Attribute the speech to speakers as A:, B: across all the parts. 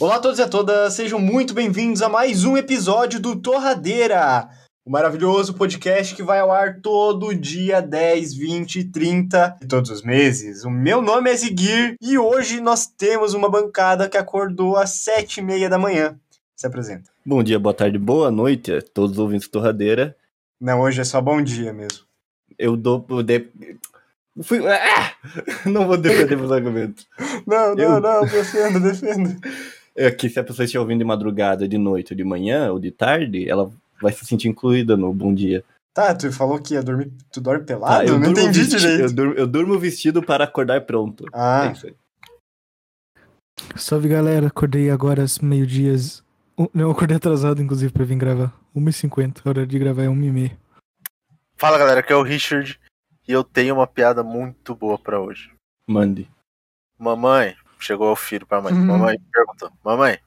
A: Olá a todos e a todas, sejam muito bem-vindos a mais um episódio do Torradeira, o maravilhoso podcast que vai ao ar todo dia 10, 20 e 30 de todos os meses. O meu nome é Ziguir e hoje nós temos uma bancada que acordou às 7 e meia da manhã. Se apresenta.
B: Bom dia, boa tarde, boa noite a todos os ouvintes do Torradeira.
A: Não, hoje é só bom dia mesmo.
B: Eu dou. Eu de... Fui... Ah! Não vou defender meus argumentos.
A: Não, não,
B: Eu-
A: não, defenda, defenda.
B: É que se a pessoa estiver ouvindo de madrugada, de noite, ou de manhã, ou de tarde, ela vai se sentir incluída no bom dia.
A: Tá, tu falou que ia dormir, tu dorme pelado?
B: Tá, eu
A: Ah, não
B: durmo
A: entendi
B: vesti-
A: direito.
B: Eu durmo, eu durmo vestido para acordar pronto. É
A: Ah,
B: isso aí.
C: Salve galera, acordei agora às meio-dias. Um- Não, acordei atrasado, inclusive, pra vir gravar. 1h50, a hora de gravar é 1h30.
D: Fala galera, aqui é o Richard e eu tenho uma piada muito boa pra hoje.
B: Mande.
D: Mamãe, chegou ao filho pra mãe.
A: Uhum.
D: Mamãe perguntou: Mamãe,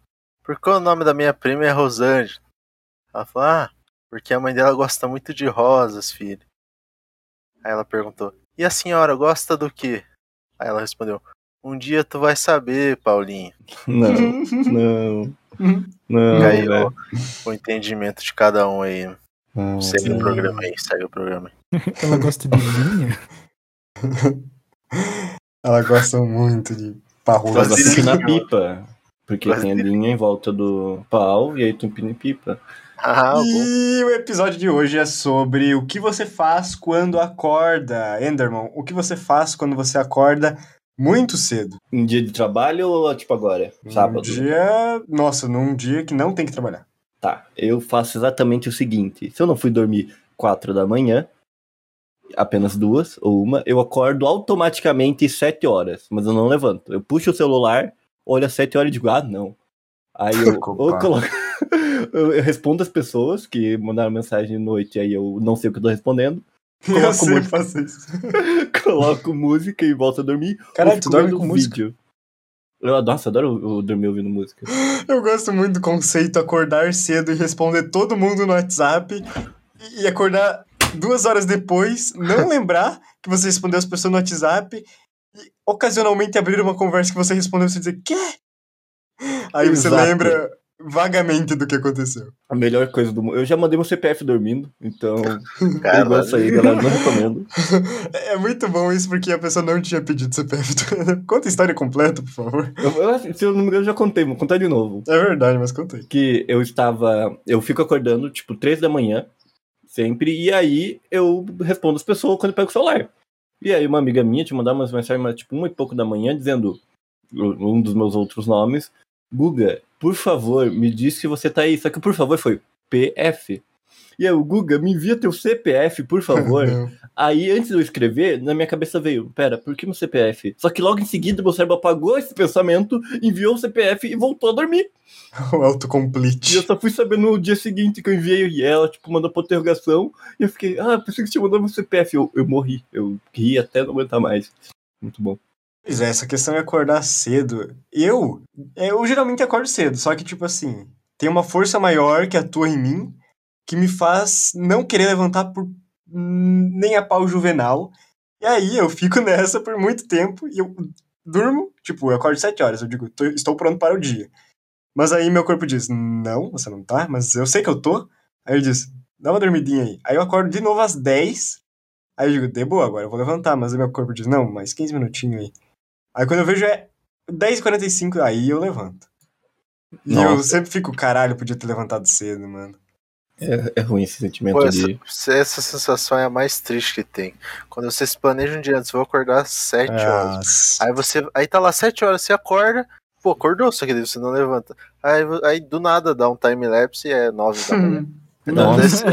D: por que o nome da minha prima é Rosângela? Ela falou: Ah, porque a mãe dela gosta muito de rosas, filho. Aí ela perguntou: E a senhora gosta do quê? Aí ela respondeu: Um dia tu vai saber, Paulinho.
B: Não, não, não. é.
D: E aí,
B: velho.
D: o, o entendimento de cada um aí.
B: Não,
D: Segue
A: sim.
D: o programa aí, segue o programa aí.
C: Ela gosta de vinha?
A: ela gosta muito de parruda.
B: Ela gosta de
D: Brasileirinho.
B: empinar pipa. Porque tem a
D: Brasileirinho.
B: linha em volta do pau e aí tu empina em pipa.
D: Ah, bom.
A: E o episódio de hoje é sobre o que você faz quando acorda. Enderman, o que você faz quando você acorda muito cedo?
B: Um dia de trabalho ou tipo agora? Sábado?
A: Um dia. Nossa, num dia que não tem que trabalhar.
B: Tá, eu faço exatamente o seguinte: se eu não fui dormir quatro da manhã, apenas duas ou uma, eu acordo automaticamente sete horas, mas eu não levanto. Eu puxo o celular, olho às sete horas e digo, ah, não. Aí eu, eu
A: Culpado.
B: coloco. Eu, eu respondo as pessoas que mandaram mensagem de noite, aí eu não sei o que eu tô respondendo. Coloco
A: eu sempre
B: muito.
A: faço isso.
B: Coloco música e volto a dormir.
A: Caralho,
B: Ou
A: tu
B: fico
A: dorme
B: vendo
A: com música.
B: vídeo. Eu, nossa, adoro eu dormir ouvindo música.
A: Eu gosto muito do conceito acordar cedo e responder todo mundo no WhatsApp e- e acordar duas horas depois, não lembrar que você respondeu as pessoas no WhatsApp e ocasionalmente abrir uma conversa que você respondeu e você dizer, quê? Aí você
B: Exato.
A: lembra vagamente do que aconteceu.
B: A melhor coisa do mundo. Eu já mandei meu CPF dormindo, então eu
D: Caralho.
B: gosto aí, galera. Não recomendo.
A: É é muito bom isso porque a pessoa não tinha pedido CPF. Conta a história completa, por favor.
B: Eu- eu- se eu não me engano, eu já contei, vou contar de novo.
A: É verdade, mas conta aí.
B: Que eu estava. Eu fico acordando, tipo, três da manhã, sempre, e aí eu respondo as pessoas quando eu pego o celular. E aí uma amiga minha te mandava umas mensagens, mas, tipo, uma e pouco da manhã, dizendo um dos meus outros nomes, Guga, por favor, me diz que você tá aí. Só que por favor foi PF. E aí, o Guga, me envia teu CPF, por favor.
A: Não.
B: Aí, antes de eu escrever, na minha cabeça veio, pera, por que meu CPF? Só que logo em seguida, meu cérebro apagou esse pensamento, enviou o CPF e voltou a dormir.
A: O
B: E eu
A: é um autocomplete.
B: só fui saber no dia seguinte que eu enviei e ela, tipo, mandou pra interrogação. E eu fiquei, ah, pensei que você mandou meu CPF. Eu, eu morri, eu ri até não aguentar mais. Muito bom.
A: Pois é, essa questão é acordar cedo. Eu, eu geralmente acordo cedo, só que, tipo assim, tem uma força maior que atua em mim que me faz não querer levantar por hum, nem a pau juvenal. E aí eu fico nessa por muito tempo e eu durmo, tipo, eu acordo 7 horas, eu digo, "Tô- estou pronto para o dia. Mas aí meu corpo diz, não, você não tá, mas eu sei que eu tô. Aí ele diz, dá uma dormidinha aí. Aí eu acordo de novo às 10. Aí eu digo, de boa, agora eu vou levantar, mas aí meu corpo diz, não, mais 15 minutinhos aí. Aí quando eu vejo é 10h45, aí eu levanto. E eu
B: Nossa.
A: sempre fico, caralho, podia ter levantado cedo, mano.
B: É, é ruim esse sentimento
D: Pô, essa,
B: de.
D: essa sensação é a mais triste que tem. Quando você se planeja um dia antes, vou acordar às 7
A: Ah.
D: horas. Aí você. Aí tá lá 7 horas, você acorda, pô, acordou, só que daí você não levanta. Aí, vo- aí do nada dá um time-lapse e é 9 da manhã.
B: Nossa.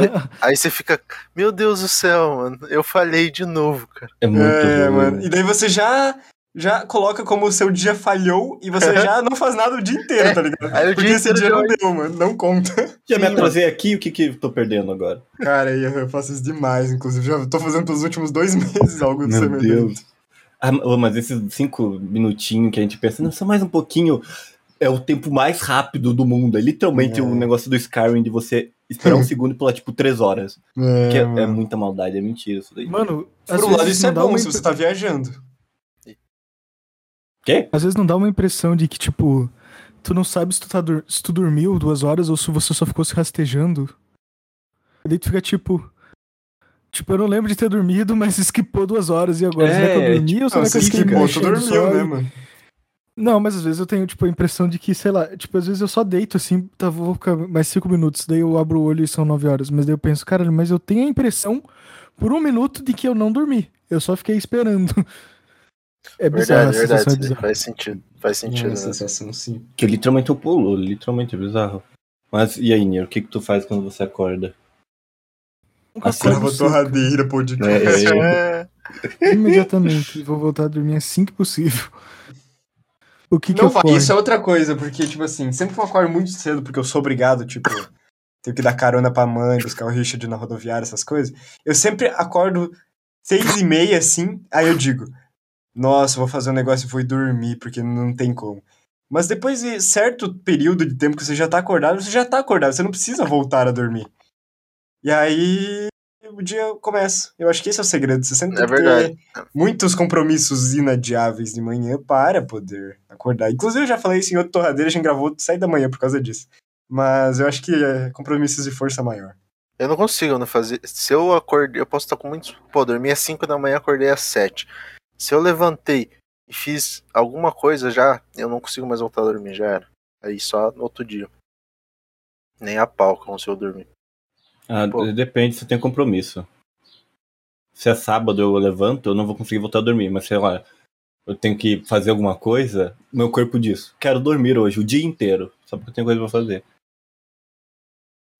D: aí você fica, meu Deus do céu, mano, eu falhei de novo, cara.
B: É muito
A: é,
B: ruim.
A: mano. E daí você já, já coloca como o seu dia falhou e você já não faz nada o dia inteiro, tá ligado?
D: Aí É. o
A: Porque
D: dia
A: esse
D: inteiro
A: dia um
D: já
A: não
D: vai-
A: deu, mano. Não conta.
B: Já me
D: Sim,
B: atrasei aqui, o que que eu tô perdendo agora?
A: Cara, eu eu faço isso demais, inclusive. Já tô fazendo pelos últimos dois meses algo
B: Meu
A: semelhante.
B: Deus. Ah, ô, mas esses cinco minutinhos que a gente pensa, não, só mais um pouquinho. É o tempo mais rápido do mundo. É literalmente
A: É.
B: o negócio do Skyrim de você esperar um segundo e pular, tipo, três horas.
A: É,
B: que é, é
A: mano.
B: muita maldade, é mentira isso daí.
C: Mano, às
A: Por um
C: vezes
A: lado, isso
C: não
A: é
C: dá
A: bom
C: uma
A: se
C: impre-
A: você tá viajando.
C: Às vezes não dá uma impressão de que, tipo, Tu não sabe se tu, tá dur- se tu dormiu duas horas ou se você só ficou se rastejando. E daí tu fica tipo. Tipo, eu não lembro de ter dormido, mas esquipou duas horas e agora?
B: É,
C: será que eu dormi
A: tipo,
C: ou será que eu
A: você
C: fiquei
A: ficou,
C: me
A: tu
C: enchendo de
A: dormiu,
C: sono?
A: né, mano?
C: Não, mas às vezes eu tenho, tipo, a impressão de que, sei lá, tipo, às vezes eu só deito assim, tá, vou ficar mais cinco minutos, daí eu abro o olho e são nove horas. Mas daí eu penso, caralho, mas eu tenho a impressão por um minuto de que eu não dormi. Eu só fiquei esperando. É bizarro,
D: Verdade,
C: a sensação
D: verdade.
C: é bizarra.
D: Faz sentido. Faz sentido.
A: Nossa,
D: né?
A: sensação sim.
B: Que literalmente eu pulo, literalmente é bizarro. Mas e aí, Nier, o que, que tu faz quando você acorda?
C: Nunca
B: Assim,
C: acordo
A: Crava
C: cedo,
A: torradeira, podcast.
B: É, é,
D: É,
C: cara. Imediatamente. Vou voltar a dormir assim que possível. O que que
A: não,
C: eu
A: vai,
C: faço?
A: isso é outra coisa, porque, tipo assim, sempre que eu acordo muito cedo, porque eu sou obrigado, tipo, tenho que dar carona pra mãe, buscar o Richard na rodoviária, essas coisas, eu sempre acordo seis e meia, assim, aí eu digo, nossa, vou fazer um negócio e vou dormir, porque não tem como. Mas depois de certo período de tempo que você já tá acordado, você já tá acordado, você não precisa voltar a dormir. E aí, o dia começa. Eu acho que esse é o segredo, você sempre
D: É
A: tem que ter
D: verdade.
A: muitos compromissos inadiáveis de manhã para poder acordar. Inclusive, eu já falei isso em outro torradeira, a gente gravou sai da manhã por causa disso. Mas eu acho que é compromissos de força maior.
D: Eu não consigo não fazer. Se eu acordei, eu posso estar com muito. Pô, eu dormi às 5 da manhã, acordei às 7. Se eu levantei e fiz alguma coisa já, eu não consigo mais voltar a dormir, já era. Aí só no outro dia. Nem a pau consigo dormir.
B: Ah,
D: Pô.
B: depende se tem compromisso. Se é sábado eu levanto, eu não vou conseguir voltar a dormir, mas sei lá, eu tenho que fazer alguma coisa, meu corpo diz, quero dormir hoje, o dia inteiro, só porque eu tenho coisa pra fazer.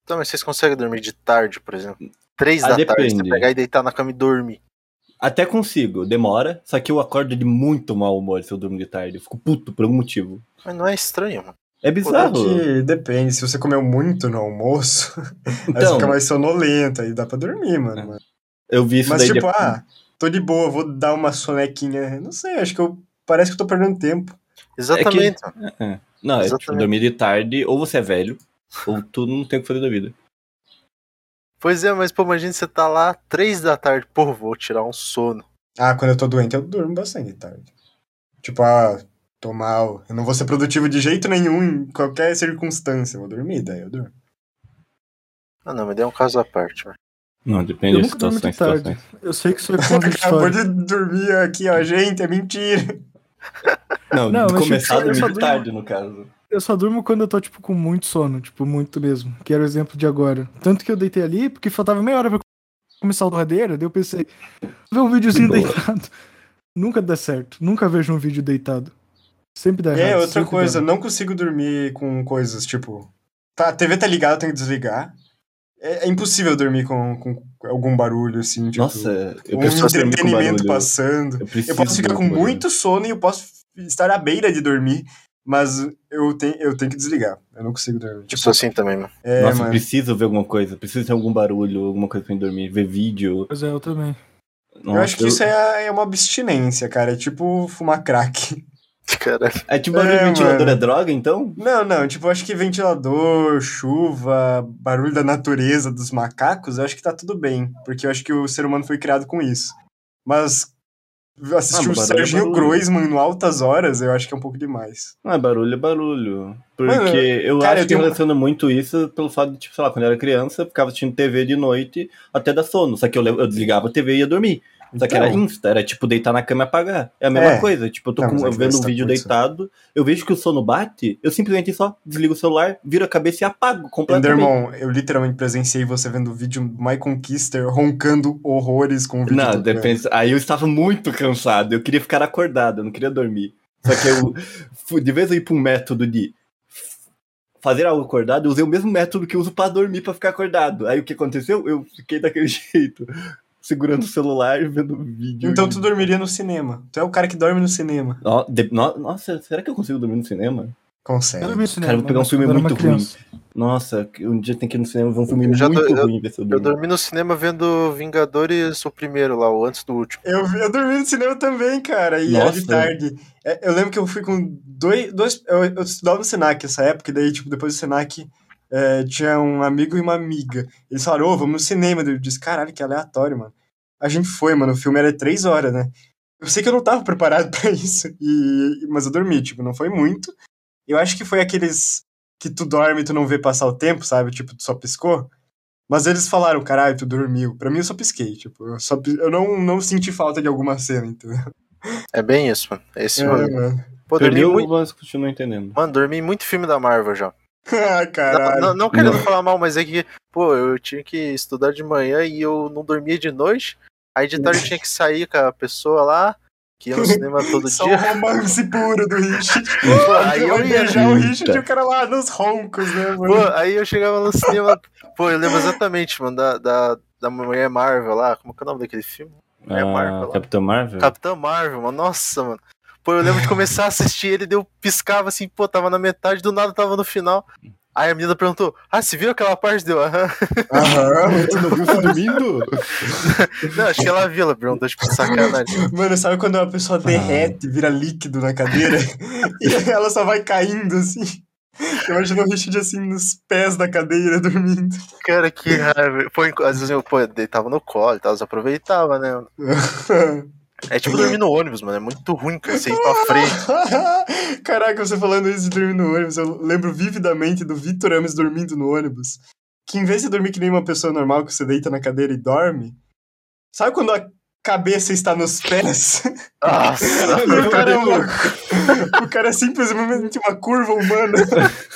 D: Então, mas vocês conseguem dormir de tarde, por exemplo? 3
B: Ah,
D: da tarde, você
B: depende.
D: pegar e deitar na cama e dormir.
B: Até consigo, demora, só que eu acordo de muito mau humor se eu durmo de tarde, eu fico puto por algum motivo.
D: Mas não é estranho, mano.
B: É
D: Ah,
B: bizarro.
A: Porque depende, se você comeu muito no almoço, aí você
B: Então,
A: fica mais sonolento, aí dá pra dormir,
B: É.
A: mano.
B: eu vi isso
A: Mas
B: daí
A: tipo,
B: depois-
A: ah, tô de boa, vou dar uma sonequinha. Não sei, acho que eu. Parece que eu tô perdendo tempo.
D: Exatamente. mano.
B: Não, é tipo,
D: Exatamente.
B: dormir de tarde, ou você é velho, ou tu não tem o que fazer da vida.
D: Pois é, mas pô, imagina você tá lá 3 da tarde. Pô, vou tirar um sono.
A: Ah, quando eu tô doente, eu durmo bastante de tarde. Tipo, ah, tô mal. Eu não vou ser produtivo de jeito nenhum em qualquer circunstância. Eu vou dormir, daí eu durmo.
D: Ah, não, mas daí é um caso à parte, velho.
B: Não, depende
C: Eu
B: das
C: nunca durmo de
B: situações, situações.
C: Eu sei que isso é
A: Você
C: contra
A: acabou
C: história.
A: de dormir aqui, ó, gente, é mentira.
B: Não,
C: Não, mas
B: começar a
C: tipo,
B: dormir
C: eu só
B: de
C: durmo-
B: tarde, no caso.
C: Eu só durmo quando eu tô, tipo, com muito sono. Tipo, muito mesmo. Que era o exemplo de agora. Tanto que eu deitei ali, porque faltava meia hora pra começar o torradeira. Daí eu pensei, vou ver um videozinho
B: Boa.
C: deitado. Nunca dá certo. Nunca vejo um vídeo deitado. Sempre dá
B: Tá
C: errado.
A: É, outra
C: sempre
A: coisa,
C: dá.
A: eu não consigo dormir com coisas, tipo... Tá, a TV tá ligada, eu tenho que desligar. É, é impossível dormir com, com algum barulho, assim, tipo...
B: Nossa, eu
A: um
B: preciso dormir com
A: entretenimento
B: barulho.
A: passando.
B: Eu, preciso
A: Eu posso ficar com
B: dormir barulho.
A: muito sono e eu posso estar à beira de dormir, mas eu tenho, eu tenho que desligar. Eu não consigo dormir.
D: Eu
A: Tipo,
D: sou assim também, mano.
A: é,
B: Nossa, eu
A: mano...
B: preciso ver alguma coisa, preciso ter algum barulho, alguma coisa pra mim dormir, ver vídeo.
C: Pois é, eu também.
A: Eu acho que isso é, é uma abstinência, cara. É tipo fumar crack.
D: Cara,
B: É tipo barulho
A: É,
B: de ventilador
A: mano.
B: é droga, então?
A: Não, não, tipo, eu acho que ventilador, chuva, barulho da natureza dos macacos, eu acho que tá tudo bem, porque eu acho que o ser humano foi criado com isso. Mas assistir
B: Ah,
A: o
B: mas barulho é
A: Serginho
B: barulho.
A: Groisman no Altas Horas, eu acho que é um pouco demais.
B: Não, é barulho é barulho. Porque
A: Mano,
B: eu
A: cara,
B: acho
A: eu
B: que
A: tenho-
B: relaciono muito isso pelo fato de, tipo, sei lá, quando eu era criança, eu ficava assistindo TV de noite até dar sono. Só que eu, le- eu desligava a TV e ia dormir. Só que era
A: Então,
B: insta, era tipo deitar na cama e apagar. É a mesma
A: É.
B: coisa. Tipo, eu tô
A: Não,
B: com-
A: mas é que
B: vendo
A: você
B: um
A: tá
B: vídeo
A: com isso.
B: deitado, eu vejo que o sono bate, eu simplesmente só desligo o celular, viro a cabeça e apago completamente.
A: Endermon, eu literalmente presenciei você vendo o vídeo do Michael Kister roncando horrores com o vídeo.
B: Não,
A: tocando.
B: depende. Aí eu estava muito cansado, eu queria ficar acordado, eu não queria dormir. Só que eu, fui- de vez eu ir pra um método de fazer algo acordado, eu usei o mesmo método que eu uso pra dormir, pra ficar acordado. Aí o que aconteceu? Eu fiquei daquele jeito, segurando o celular e vendo vídeo.
A: Então tu dormiria no cinema. Tu é o cara que dorme no cinema.
B: No- de- no- Nossa, será que eu consigo dormir no cinema?
C: Eu
A: Consegue.
C: dormi no cinema,
B: vou pegar um
C: mas
B: filme
C: quando eu era
B: muito
C: uma criança.
B: Nossa, um dia tem que ir no cinema ver um filme
D: Eu já
B: muito
D: tô-
B: ruim ver se eu
D: Eu
B: durmo.
D: dormi no cinema vendo Vingadores, o primeiro lá, o antes do último.
A: Eu, eu dormi no cinema também, cara, e era de
B: Nossa.
A: tarde. É, Eu lembro que eu fui com dois. dois eu, eu estudava no Senac nessa época, e daí, tipo, depois do Senac é, tinha um amigo e uma amiga. Eles falaram, ô, vamos no cinema. Eu disse, caralho, que aleatório, mano. A gente foi, mano. O filme era três horas, né? Eu sei que eu não tava preparado pra isso, e, mas eu dormi, tipo, não foi muito. Eu acho que foi aqueles que tu dorme e tu não vê passar o tempo, sabe? Tipo, tu só piscou. Mas eles falaram, caralho, tu dormiu. Pra mim eu só pisquei, tipo, eu, só, pis- eu não, não senti falta de alguma cena, entendeu?
D: É bem isso, mano. É Esse
A: É,
D: rolê.
A: mano.
D: Pô, dormi
B: Perdeu,
D: muito.
B: mas continua entendendo.
D: Mano, dormi muito filme da Marvel já.
A: ah,
D: Não,
A: caralho.
D: não, não querendo falar mal, mas é que, pô, eu tinha que estudar de manhã e eu não dormia de noite. Aí de tarde eu tinha que sair com a pessoa lá, que ia no cinema todo
A: Só um o
D: dia.
A: romance puro do Richard.
D: Pô, aí eu
A: Vai
D: ia
A: beijar o Richard
B: Eita.
A: e o cara lá nos roncos, né, mano?
D: Pô, aí eu chegava no cinema. Pô, eu lembro exatamente, mano, da, da, da Mulher Marvel lá. Como que é o nome daquele filme? É Marvel
B: Ah,
D: lá.
B: Capitão Marvel?
D: Capitão Marvel, mano. Nossa, mano. Pô, eu lembro de começar a assistir ele, deu piscava assim, pô, tava na metade, do nada tava no final. Aí a menina perguntou: Ah, você viu aquela parte? Deu, aham.
A: Aham.
B: Tu não viu dormindo?
D: Não, acho que ela viu, ela perguntou, tipo, de sacanagem.
A: Mano, sabe quando uma pessoa derrete, vira líquido na cadeira? e ela só vai caindo, assim. Eu imagino o Richard, assim, nos pés da cadeira, dormindo.
D: Cara, que raiva. Pô, em- às vezes eu, pô, eu deitava no colo e tal, eu aproveitava, né? É tipo dormir no ônibus, mano. É muito ruim, cara. Você ir pra frente.
A: Caraca, você falando isso de dormir no ônibus, eu lembro vividamente do Vitor Ames dormindo no ônibus. Que em vez de dormir que nem uma pessoa normal, que você deita na cadeira e dorme, sabe quando a cabeça está nos pés?
D: Nossa.
A: o, cara é uma- o cara é simplesmente uma curva humana.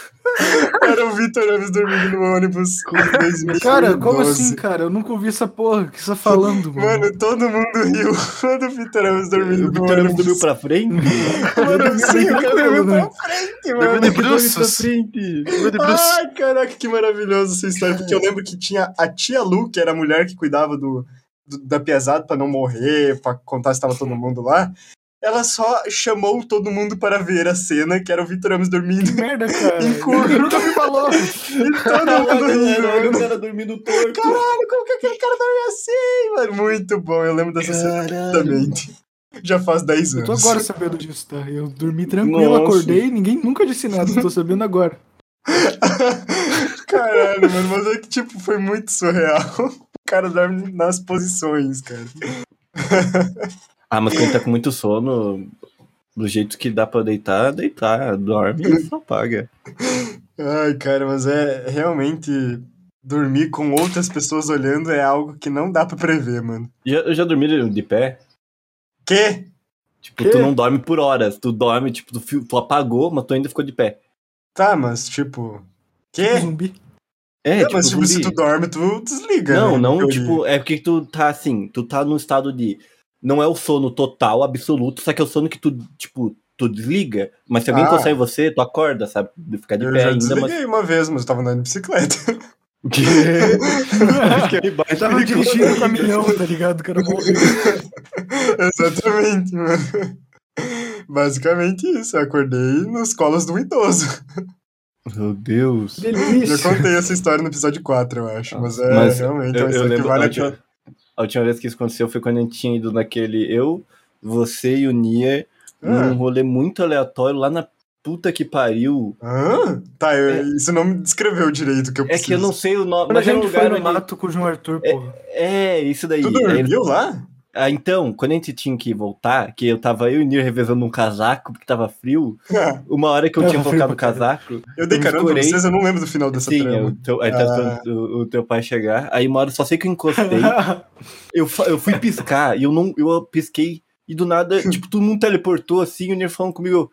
A: Era o Vitor Ames dormindo no ônibus em 2012.
C: Cara, como assim, cara? Eu nunca ouvi essa porra. O que você tá falando, mano?
A: Mano, todo mundo riu quando o Vitor Ames dormindo
B: O
A: no
B: Vitor
A: ônibus.
B: Ames dormiu pra frente?
A: Mano, sim, o cara dormiu
C: Mano.
A: pra frente, mano.
D: Dormiu de
B: Ele dormiu pra
D: bruços.
B: frente.
D: Dormiu de bruços.
A: Ai, caraca, que maravilhoso essa história. Porque eu lembro que tinha a tia Lu, que era a mulher que cuidava do, do- da piazada pra não morrer, pra contar se tava todo mundo lá. Ela só chamou todo mundo para ver a cena, que era o Vitor Ames dormindo.
C: Que merda, cara.
A: Em curva.
C: Ele nunca me falou.
A: E todo mundo rindo,
B: Olha o
A: mano.
B: cara dormindo torto.
A: Caralho, como que aquele cara dorme assim, mano? Muito bom, eu lembro dessa cena exatamente. Já faz 10
C: Eu
A: anos.
C: tô agora sabendo disso, tá? Eu dormi tranquilo,
B: Nossa.
C: acordei, ninguém nunca disse nada. Tô sabendo agora.
A: Caralho, mano, mas é que, tipo, foi muito surreal. O cara dorme nas posições, cara.
B: Ah, mas quando tá com muito sono, do jeito que dá pra deitar, deitar, dorme e só apaga.
A: Ai, cara, mas é realmente dormir com outras pessoas olhando é algo que não dá pra prever, mano.
B: Já, eu já dormi de- de pé?
A: Que?
B: Tipo,
C: Quê?
B: tu não dorme por horas. Tu dorme, tipo, tu, fi- tu apagou, mas tu ainda ficou de pé.
A: Tá, mas tipo.
C: Um
A: Que?
C: Zumbi.
B: É,
A: É,
B: tipo,
A: mas tipo, se
B: zumbi.
A: tu dorme, tu desliga.
B: Não,
A: né,
B: não,
A: na teoria.
B: tipo, é porque tu tá assim, tu tá num estado de. Não é o sono total, absoluto, só que é o sono que tu, tipo, tu desliga. Mas se alguém
A: Ah.
B: consegue você, tu acorda, sabe? De ficar é de
A: Eu
B: pé
A: já
B: ainda, mas.
A: desliguei uma vez, mas eu tava andando de bicicleta.
B: é
C: Eu tava dirigindo o caminhão, tá ligado? Cara, morreu.
A: Exatamente, mano. Basicamente isso, eu acordei nos colos do idoso.
B: Meu Deus.
A: Já
C: Delícia.
A: contei essa história no episódio 4, eu acho, mas é
B: Mas
A: realmente
B: eu,
A: uma
B: eu
A: história que
B: lembro a
A: vale a
B: última, a última vez que isso aconteceu foi quando a gente tinha ido naquele eu, você e o Nier
A: pena.
C: Ah.
B: num rolê muito aleatório lá na puta que pariu.
A: Hã? Tá, eu-
B: É.
A: isso não me descreveu direito o que eu
B: É
A: preciso.
B: que eu não sei o nome,
C: Quando a
B: mas era um
C: gente foi
B: lugar
C: no
B: onde...
C: mato com o João Arthur, porra.
B: É, isso daí.
A: Tu
B: Aí
A: dormiu lá?
B: Ah, então, quando a gente tinha que voltar, que eu tava eu e o Nir revezando um casaco porque tava frio,
A: Ah,
B: uma hora que eu
C: Tava
B: tinha
C: frio
B: colocado o
C: pra
B: casaco,
A: Eu dei
B: Eu me
A: caramba pra
B: escurei.
A: vocês, eu não lembro do final dessa
B: sim,
A: trama.
B: o teu, aí tá
A: Ah.
B: esperando o, o teu pai chegar, aí uma hora eu só sei que eu encostei, eu, fa- eu fui piscar e eu não, eu pisquei e do nada, tipo, todo mundo teleportou assim, e o Nir falando comigo,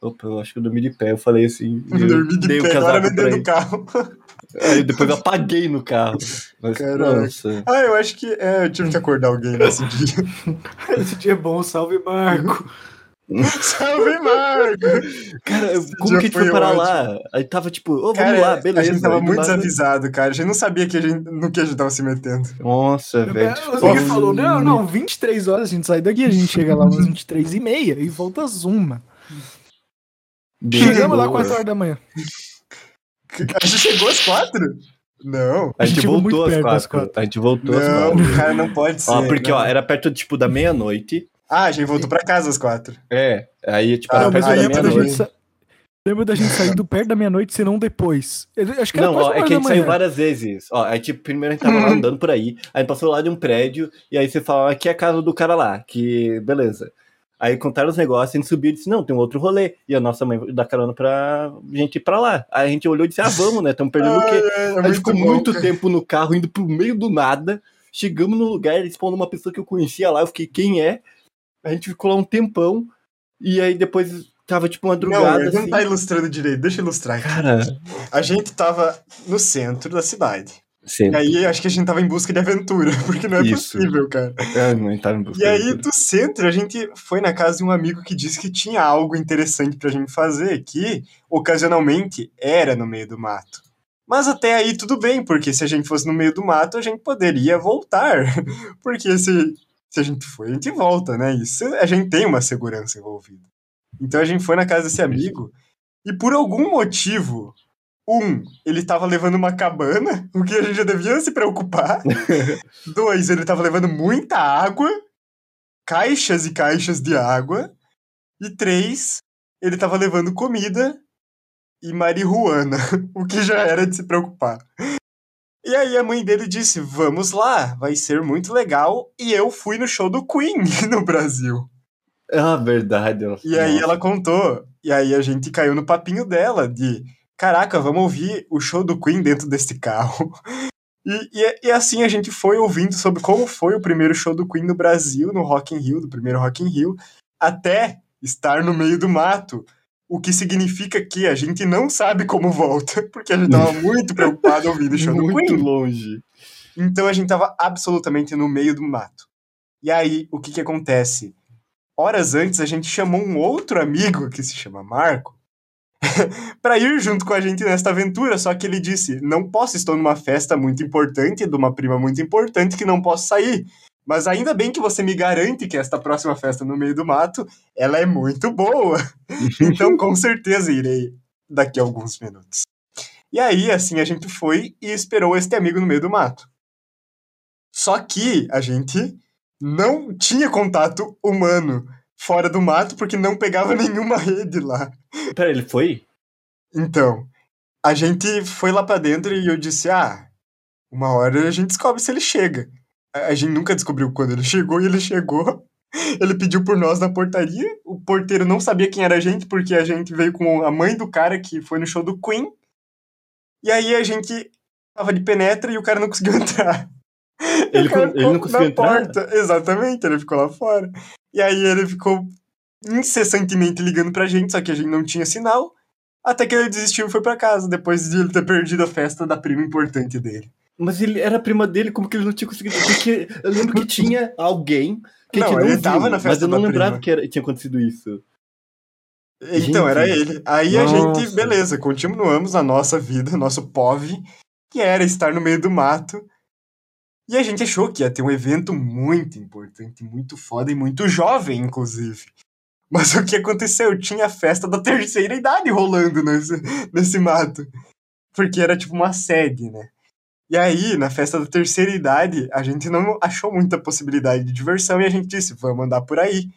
B: opa, eu acho que eu dormi de pé, eu falei assim, e
A: Eu
B: eu
A: dormi de
B: dei o
A: pé, agora me
B: casaco pra
A: dentro do
B: ele,
A: carro.
B: aí depois eu apaguei no carro, mas,
A: Caraca.
B: nossa,
A: Ah, eu acho que. É, eu tive que acordar alguém nesse dia.
C: Esse dia é bom, salve
B: Uhum.
C: Marco.
A: Salve, Marco!
B: cara, eu-
A: Esse
B: como
A: dia
B: que a gente
A: foi
B: foi parar
A: ótimo.
B: lá? Aí tava tipo, ô, vamos
A: Cara,
B: lá, beleza.
A: a gente tava
B: aí do
A: muito
B: nada-
A: desavisado, cara. A gente não sabia que a gente, no que a gente tava se metendo.
B: Nossa, velho. tipo,
C: O Zé falou, né? não, não, 23 horas a gente sai daqui, a gente chega lá umas 23 e meia e volta às uma. Chegamos lá 4 horas da manhã.
A: A gente chegou às quatro? Não.
B: A gente
C: Chegou
B: voltou
C: Tipo, muito
B: às
C: perto das
B: quatro.
C: quatro.
B: A gente voltou às
A: Não,
B: quatro.
A: cara, não pode ser.
B: Ó, porque,
A: não.
B: ó, era perto, tipo, da meia-noite.
A: Ah, a gente voltou pra casa às quatro.
B: É. Aí, tipo,
A: Ah,
B: era
C: Não, mas
B: perto
A: aí
B: da
A: é
C: lembra da
B: meia-noite.
C: gente sa- lembra da gente sair do perto da meia-noite, se não depois. Eu Acho que era
B: Não,
C: quase
B: ó, é
C: uma
B: que a
C: hora
B: gente
C: da
B: saiu
C: manhã.
B: várias vezes. Ó, aí, tipo, primeiro a gente
A: Uhum.
B: tava lá andando por aí, aí a gente passou lá de um prédio, e aí você fala, "Ah, aqui é a casa do cara lá, que beleza. Aí contaram os negócios, a gente subiu e disse, não, tem um outro rolê. E a nossa mãe dá carona pra gente ir pra lá. Aí a gente olhou e disse, ah, vamos, né? Estamos perdendo o quê?
A: é
B: a gente ficou
A: bom,
B: muito
A: cara.
B: tempo no carro, indo pro meio do nada. Chegamos no lugar, eles pondo uma pessoa que eu conhecia lá, eu fiquei, quem é? A gente ficou lá um tempão. E aí depois tava tipo
A: Não,
B: madrugada,
A: ele não
B: assim.
A: tá ilustrando direito, deixa eu ilustrar aqui.
B: Cara,
A: A gente tava no centro da cidade. E
B: sempre.
A: aí acho que a gente tava em busca de aventura, porque não é
B: Isso.
A: possível, cara.
B: Ai, mãe, tava me
A: E aí, do centro, a gente foi na casa de um amigo que disse que tinha algo interessante pra gente fazer, que ocasionalmente era no meio do mato. Mas até aí tudo bem, porque se a gente fosse no meio do mato, a gente poderia voltar. Porque se, se a gente for, a gente volta, né? Isso a gente tem uma segurança envolvida. Então a gente foi na casa desse amigo, e por algum motivo, um, ele tava levando uma cabana, o que a gente já devia se preocupar. Dois, ele tava levando muita água, caixas e caixas de água. E três, ele tava levando comida e marihuana, o que já era de se preocupar. E aí a mãe dele disse: Vamos lá, vai ser muito legal. E eu fui no show do Queen no Brasil.
B: Ah, verdade. nossa.
A: E aí ela contou. E aí a gente caiu no papinho dela de caraca, vamos ouvir o show do Queen dentro desse carro. E, e, e assim a gente foi ouvindo sobre como foi o primeiro show do Queen no Brasil, no Rock in Rio, do primeiro Rock in Rio, até estar no meio do mato. O que significa que a gente não sabe como volta, porque a gente tava muito preocupado ouvindo o show do
B: muito
A: Queen.
B: longe.
A: Então a gente tava absolutamente no meio do mato. E aí, o que que acontece? Horas antes, a gente chamou um outro amigo, que se chama Marco, para ir junto com a gente nesta aventura, só que ele disse: Não posso, estou numa festa muito importante, de uma prima muito importante, que não posso sair. Mas ainda bem que você me garante que esta próxima festa no meio do mato, ela é muito boa. Então, com certeza, irei daqui a alguns minutos. E aí, assim, a gente foi e esperou este amigo no meio do mato. Só que a gente não tinha contato humano fora do mato porque não pegava nenhuma rede lá.
B: Pera, ele foi?
A: Então, a gente foi lá pra dentro e eu disse: "Ah, uma hora a gente descobre se ele chega". A a gente nunca descobriu quando ele chegou e ele chegou. Ele pediu por nós na portaria. O porteiro não sabia quem era a gente porque a gente veio com a mãe do cara que foi no show do Queen. E aí a gente tava de penetra e o cara não conseguiu entrar.
B: Ele,
A: O cara
B: con- ele não
A: ficou
B: conseguiu
A: na
B: entrar?
A: Porta. Exatamente, ele ficou lá fora. E aí ele ficou incessantemente ligando pra gente, só que a gente não tinha sinal. Até que ele desistiu e foi pra casa, depois de ele ter perdido a festa da prima importante dele.
B: Mas ele era a prima dele, como que ele não tinha conseguido? Porque eu lembro que tinha alguém que a gente
A: Não,
B: não
A: ele
B: viu,
A: tava na
B: mas
A: festa
B: eu não
A: da
B: lembrava
A: prima.
B: que era- tinha acontecido isso.
A: Então,
B: Gente.
A: era ele. Aí a
B: Nossa.
A: gente, beleza, continuamos a nossa vida, nosso POV, que era estar no meio do mato. E a gente achou que ia ter um evento muito importante, muito foda e muito jovem, inclusive. Mas o que aconteceu? Tinha a festa da terceira idade rolando nesse, nesse mato. Porque era tipo uma sede, né? E aí, na festa da terceira idade, a gente não achou muita possibilidade de diversão e a gente disse, vamos andar por aí.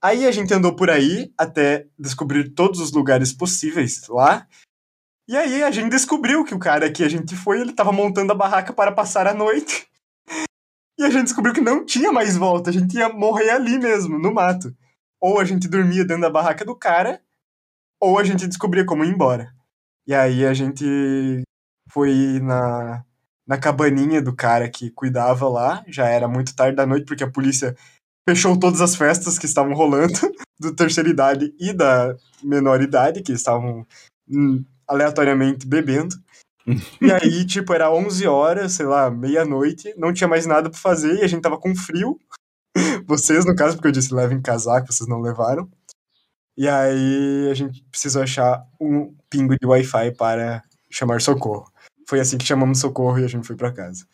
A: Aí a gente andou por aí até descobrir todos os lugares possíveis lá. E aí a gente descobriu que o cara que a gente foi, ele tava montando a barraca para passar a noite. E a gente descobriu que não tinha mais volta, a gente ia morrer ali mesmo, no mato. Ou a gente dormia dentro da barraca do cara, ou a gente descobria como ir embora. E aí a gente foi na, na cabaninha do cara que cuidava lá, já era muito tarde da noite, porque a polícia fechou todas as festas que estavam rolando, do terceira idade e da menor idade, que estavam hum, aleatoriamente bebendo. e aí, tipo, era 11 horas, sei lá, meia-noite, não tinha mais nada pra fazer e a gente tava com frio. Vocês, no caso, porque eu disse levem casaco, vocês não levaram. E aí a gente precisou achar um pingo de Wi-Fi para chamar socorro. Foi assim que chamamos socorro e a gente foi pra casa.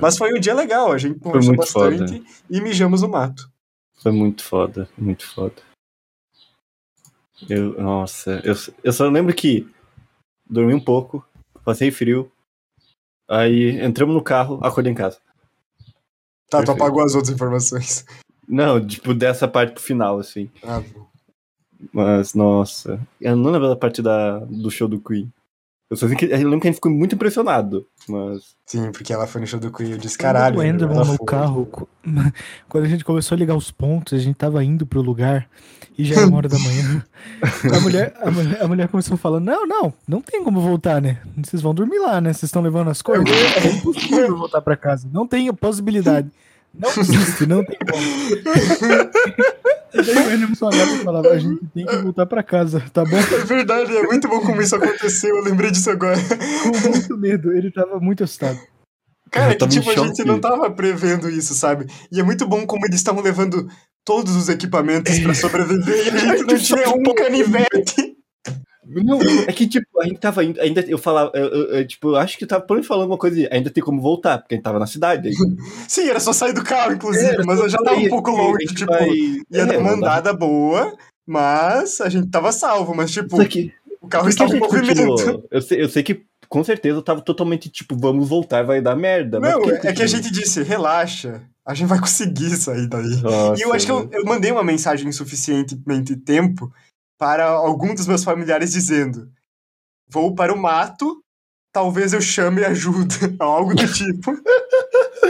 A: Mas foi um dia legal, a gente conversou
B: Tá. muito foda.
A: bastante e mijamos no mato.
B: Foi muito foda, muito foda. Eu, nossa, eu, eu só lembro que dormi um pouco, passei frio, aí entramos no carro, acordei em casa.
A: Tá, tu
B: Perfeito.
A: apagou as outras informações.
B: Não, tipo, dessa parte pro final, assim.
A: Ah, bom.
B: Mas, nossa. Eu não lembro da parte da, do show do Queen. Eu Eu só sei que eu lembro que a gente ficou muito impressionado. Mas.
A: Sim, porque ela foi no show do Queen e eu disse,
C: O
A: caralho.
C: Enderman
A: ela
C: no
A: foi.
C: Tá carro, co- quando a gente começou a ligar os pontos, a gente tava indo pro lugar e já era uma hora da manhã. A mulher, a mulher, a mulher começou falando: Não, não, não tem como voltar, né? Vocês vão dormir lá, né? Vocês estão levando as coisas. É impossível voltar pra casa. Não tem possibilidade. Não existe, não tem como. E daí o Enderman só olhava e falava: A gente tem que voltar pra casa, tá bom?
A: É verdade, é muito bom como isso aconteceu, eu lembrei disso agora.
C: Com muito medo, ele tava muito assustado.
A: Cara,
B: Eu
A: que
B: tava em
A: tipo, a gente
B: choque.
A: não tava prevendo isso, sabe? E é muito bom como eles estavam levando todos os equipamentos pra sobreviver e a gente não tinha
B: Tipo,
A: um canivete.
B: Não, é que, tipo, a gente tava indo. Ainda eu falava. Eu, eu- eu, tipo, eu acho que eu tava por aí falando uma coisa. de, Ainda tem como voltar, porque a gente tava na cidade.
A: Sim, era só sair do carro, inclusive, mas eu já tava um
B: é,
A: pouco longe, tipo, ia dar uma andada boa, mas a gente tava salvo, mas tipo,
B: Isso aqui.
A: o carro
B: Por que a
A: estava um em
B: gente
A: movimento.
B: continuou? Eu sei, eu sei que com certeza eu tava totalmente tipo, vamos voltar, vai dar merda. mas tipo,
A: Não,
B: por
A: é que a gente disse, relaxa, a gente vai conseguir sair daí.
B: Nossa,
A: E eu acho que eu, eu mandei uma mensagem em suficientemente tempo para algum dos meus familiares dizendo: Vou para o mato, talvez eu chame ajuda, algo do tipo.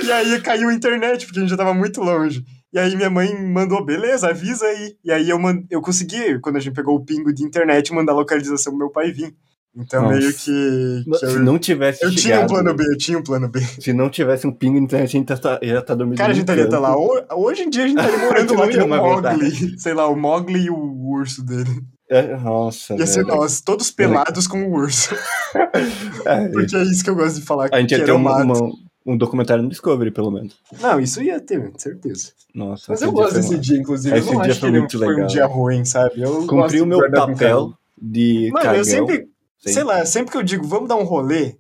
A: e aí caiu a internet, porque a gente já tava muito longe. E aí minha mãe mandou, beleza, avisa aí. E aí eu, man- eu consegui, quando a gente pegou o pingo de internet, mandar a localização pro meu pai vir. Então
B: Nossa.
A: meio que. que
B: Se
A: eu
B: não tivesse
A: eu tinha um
B: chegado,
A: plano B, eu tinha um plano B.
B: Se não tivesse um ping, então a gente ia tá, ia tá dormindo.
A: Cara, a gente
B: no
A: estaria até lá.
B: campo.
A: Ho- Hoje em dia a gente estaria
B: A
A: morando
B: gente
A: lá
B: não
A: que
B: ia
A: o
B: mais voltar.
A: Mogli. Sei lá, o Mogli e o urso dele.
B: É, Nossa,
A: Ia ser
B: velho.
A: nós, todos pelados com o urso.
B: É,
A: Porque é isso que eu gosto de falar.
B: a gente
A: que
B: ia
A: era
B: ter
A: o
B: um,
A: mato.
B: uma- um documentário no Discovery, pelo menos.
A: Não, isso ia ter, certeza.
B: Nossa,
A: Mas
B: esse
A: eu
B: dia
A: gosto
B: foi
A: desse
B: massa.
A: dia, inclusive.
B: Esse
A: eu não
B: dia
A: acho
B: foi
A: que ele
B: muito
A: foi um
B: legal.
A: dia ruim, sabe? Eu
B: Cumpri
A: gosto
B: o meu
A: de guardar com
B: papel
A: carinho.
B: de.
A: Mano, eu
B: cagão,
A: sempre,
B: sim.
A: sei lá, sempre que eu digo, vamos dar um rolê,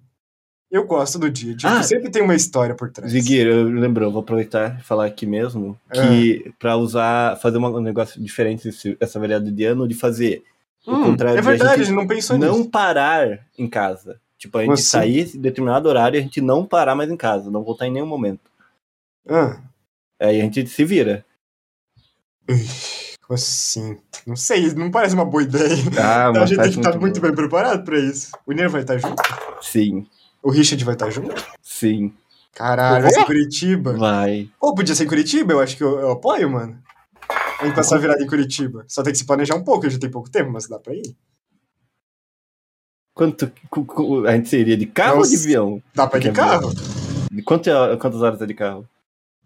A: eu gosto do dia. Tipo,
B: Ah.
A: sempre tem uma história por trás.
B: Zigueira, eu lembro, eu vou aproveitar e falar aqui mesmo
A: É.
B: que pra usar, fazer uma- um negócio diferente esse- essa variedade de ano, de fazer
A: Hum,
B: o contrário
A: é
B: de a
A: verdade,
B: gente
A: ele não pensou
B: não
A: nisso.
B: parar em casa. Tipo, a gente
A: Você-
B: sair em determinado horário e a gente não parar mais em casa, não voltar em nenhum momento.
A: Ah.
B: Aí a gente se vira.
A: Como assim? Não sei, não parece uma boa ideia.
B: Ah,
A: Então a gente tem que estar
B: bom.
A: muito bem preparado pra isso. O Nero vai estar junto?
B: Sim,
A: O Richard vai estar junto?
B: sim.
A: Caralho,
B: é.
A: vai ser em Curitiba.
B: Vai.
A: Ou podia ser em Curitiba, eu acho que eu, eu apoio, mano. A gente passar a virada em Curitiba. Só tem que se planejar um pouco, a gente tem pouco tempo, mas dá pra ir.
B: Quanto cu- cu- a gente seria de carro ou de
A: Nossa.
B: avião?
A: Dá pra ir de
B: Que é bom.
A: carro.
B: De quanto é- quantas horas é de carro?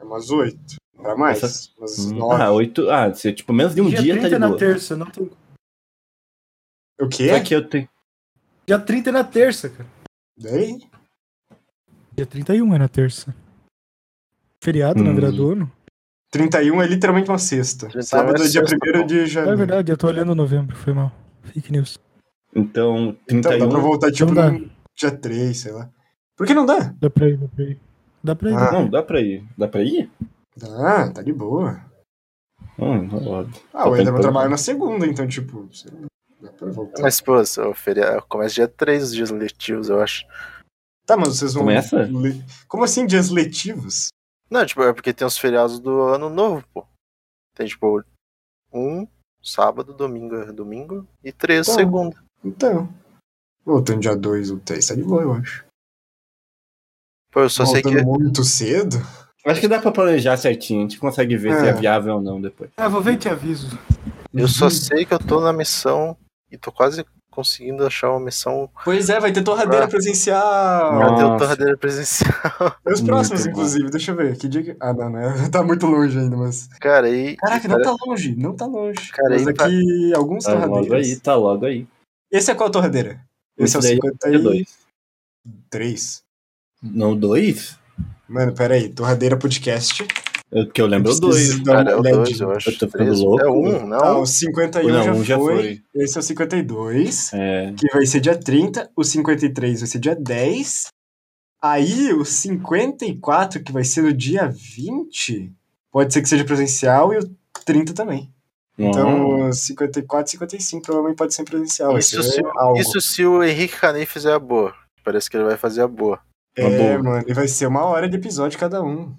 A: É umas oito. Pra mais.
B: Essas-
A: Umas
B: Hum,
A: nove.
B: Ah, oito. Ah, se, tipo, menos de um dia, tá de
E: na
B: boa.
E: terça, não tem...
A: O quê?
B: Só que eu tenho.
E: Dia 30 é na terça, cara.
A: Daí?
C: Dia 31 é na terça. Feriado, né, na
B: Hum.
C: verdade do ano.
A: 31 é literalmente uma sexta.
D: 31 é
A: Sábado é dia
D: sexta,
A: 1 de
C: É
A: janeiro.
C: verdade, eu tô olhando novembro, foi mal. Fake news.
B: Então,
A: Então
B: 31.
A: dá pra voltar tipo
C: Então dá.
A: no dia 3, sei lá. Por que não dá?
C: Dá pra ir, dá pra ir. Dá pra ir.
A: Ah.
B: Não, dá pra ir. Dá pra ir?
A: Dá, tá de boa.
B: Hum, óbvio.
A: Ah, o
B: Tá
A: Enderman
B: tentando.
A: trabalha na segunda, então, tipo, sei lá, dá pra voltar.
D: Mas, pô, o feriado começa dia 3 os dias letivos, eu acho.
A: Tá, mas vocês vão.
B: Começa?
A: le- Como assim, dias letivos?
D: Não, tipo, é porque tem os feriados do ano novo, pô. Tem, tipo, um sábado, domingo, domingo e três
A: Tá.
D: segunda.
A: Então. Voltando dia 2 ou 3, tá de boa, eu acho.
D: Pô, eu só sei
A: Voltando
D: que.
A: muito cedo.
B: Acho que dá pra planejar certinho. A gente consegue ver se
A: É.
B: é viável ou não depois.
E: Ah, vou ver e te aviso.
D: Eu só sei que eu tô na missão e tô quase conseguindo achar uma missão.
A: Pois é, vai ter torradeira
D: Ah.
A: presencial.
B: Nossa.
D: Cadê o torradeira presencial?
A: É os próximos,
B: Muito bom.
A: inclusive, deixa eu ver. Que dia que. Ah, não, né? Tá muito longe ainda, mas.
D: Cara, e.
A: Caraca, não tá longe, não tá longe.
D: Cara,
A: mas
D: aí tá-
A: daqui alguns
B: Tá logo
A: torradeiros.
B: aí, tá logo aí.
A: Esse é qual torradeira? Esse,
B: daí
A: é
B: é
A: o
B: dois.
A: 53.
B: Não, dois?
A: Mano, pera aí. Torradeira podcast.
B: Eu, que eu lembro é o dois.
A: Preciso dar uma
D: Cara, é o
A: olhadinha.
D: 2, eu acho.
B: Eu tô ficando
D: Três.
B: louco.
D: É um,
A: Ah,
D: não.
A: o 51
B: Então, Não,
A: já,
B: um
A: foi,
B: já foi.
A: Esse é o 52,
B: É.
A: que vai ser dia 30. O 53 vai ser dia 10. Aí o 54, que vai ser no dia 20, pode ser que seja presencial e o 30 também.
B: Então...
A: Então, 54 55 provavelmente pode ser presencial. vai
D: Isso
A: ser
D: se,
A: algo.
D: isso se o Henrique Canei fizer a boa. Parece que ele vai fazer a boa.
B: uma
A: é,
B: boa.
A: mano, e vai ser uma hora de episódio cada um.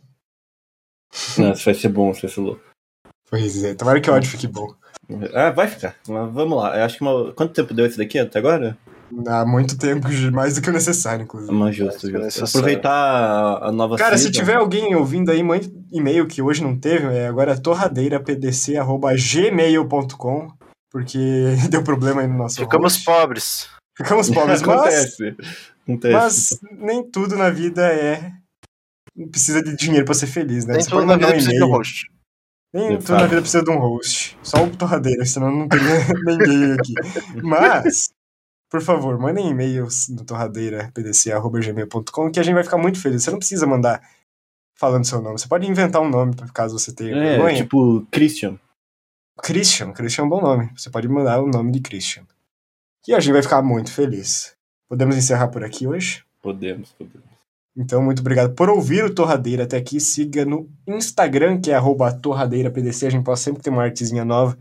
B: Não, isso vai ser bom, isso vai ser louco.
A: Pois é, tomara que o ódio fique bom.
B: Ah, vai ficar. Mas vamos lá. Eu acho que uma... Quanto tempo deu esse daqui até agora?
A: Há muito tempo, mais do que o necessário, inclusive.
B: Mas justo,
D: Acho que é
B: justo.
D: necessário.
B: Aproveitar a- a nova
A: Cara, se
B: season.
A: tiver alguém ouvindo aí, mande e-mail que hoje não teve, é agora torradeirapdc.gmail.com, porque deu problema aí no nosso
D: Ficamos
A: host.
D: pobres.
A: Ficamos pobres, mas,
B: Acontece. Acontece.
A: mas nem tudo na vida é. Precisa de dinheiro pra ser feliz, né?
D: Nem
A: Você
D: tudo
A: pode
D: na
A: mandar um
D: vida precisa de
A: e-mail.
D: um host.
A: Nem
B: De
A: tudo
B: fato.
A: na vida precisa de um host. Só o Torradeira, senão não teria ninguém aqui. Mas, por favor, mandem e-mails no torradeirapdc.gmail.com que a gente vai ficar muito feliz. Você não precisa mandar falando seu nome. Você pode inventar um nome, pra- caso você tenha
B: É,
A: vergonha.
B: tipo, Christian.
A: Christian. Christian é um bom nome. Você pode mandar o nome de Christian. E a gente vai ficar muito feliz. Podemos encerrar por aqui hoje?
B: Podemos, podemos.
A: Então, muito obrigado por ouvir o Torradeira até aqui. Siga no Instagram, que é arroba torradeirapdc. A gente posta sempre ter uma artezinha nova,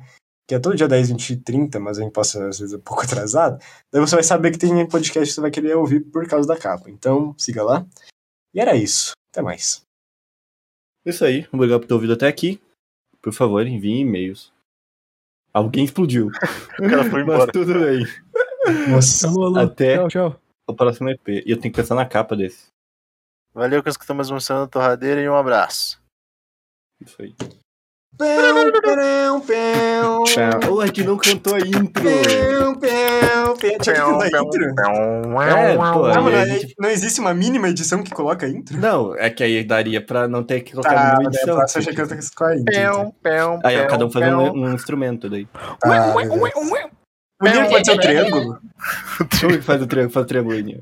A: que é todo dia 10, 20 e 30, mas a gente posta às vezes um pouco atrasado. Daí você vai saber que tem podcast que você vai querer ouvir por causa da capa. Então, siga lá. E era isso. Até mais.
B: É Isso aí. Obrigado por ter ouvido até aqui. Por favor, enviem e-mails. Alguém explodiu.
D: O cara foi
B: Mas
D: embora.
B: tudo bem.
A: Nossa.
C: Alô, alô.
B: Até-
C: Tchau, tchau.
B: O próximo EP. E eu tenho que pensar na capa desse.
D: Valeu que escutamos um Sendo Torradeira e um abraço.
B: Isso aí.
A: Pão, pão, pão.
B: Tchau. Oh, a gente não cantou a intro.
A: Pão, pão, pão. Tinha que cantar a
D: é,
A: intro?
B: É, pô.
A: Ah,
B: aí
A: mano,
B: a
A: é-
B: gente-
A: não existe uma mínima edição que coloca a intro?
B: Não, é que aí daria pra não ter que colocar
A: Ah,
B: nenhuma
A: daí a
B: edição.
A: próxima já canta com a intro. então.
B: Aí, ó,
A: é
B: cada um faz um, um instrumento daí.
A: Ah, beleza. o Nino pode ser o triângulo?
B: Ui, faz o triângulo, faz o triângulo. né?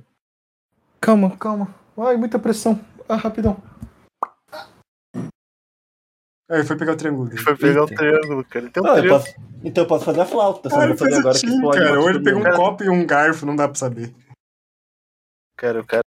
C: Calma, calma. Ai, muita pressão. Ah, rapidão.
A: Ah, ele foi pegar o triângulo dele.
D: Foi pegar o
B: Eita.
D: triângulo, cara. Tem um
B: Ah, eu
D: triângulo.
B: posso- Então eu posso fazer a flauta, só
A: Ah,
B: não
A: ele
B: vou fazer
A: fez o
B: agora que
A: tim,
B: explode.
A: cara.
B: bate
A: Ou ele
B: todo
A: pegou
B: mundo.
A: um copo e um garfo, não dá pra saber.
D: Cara, o cara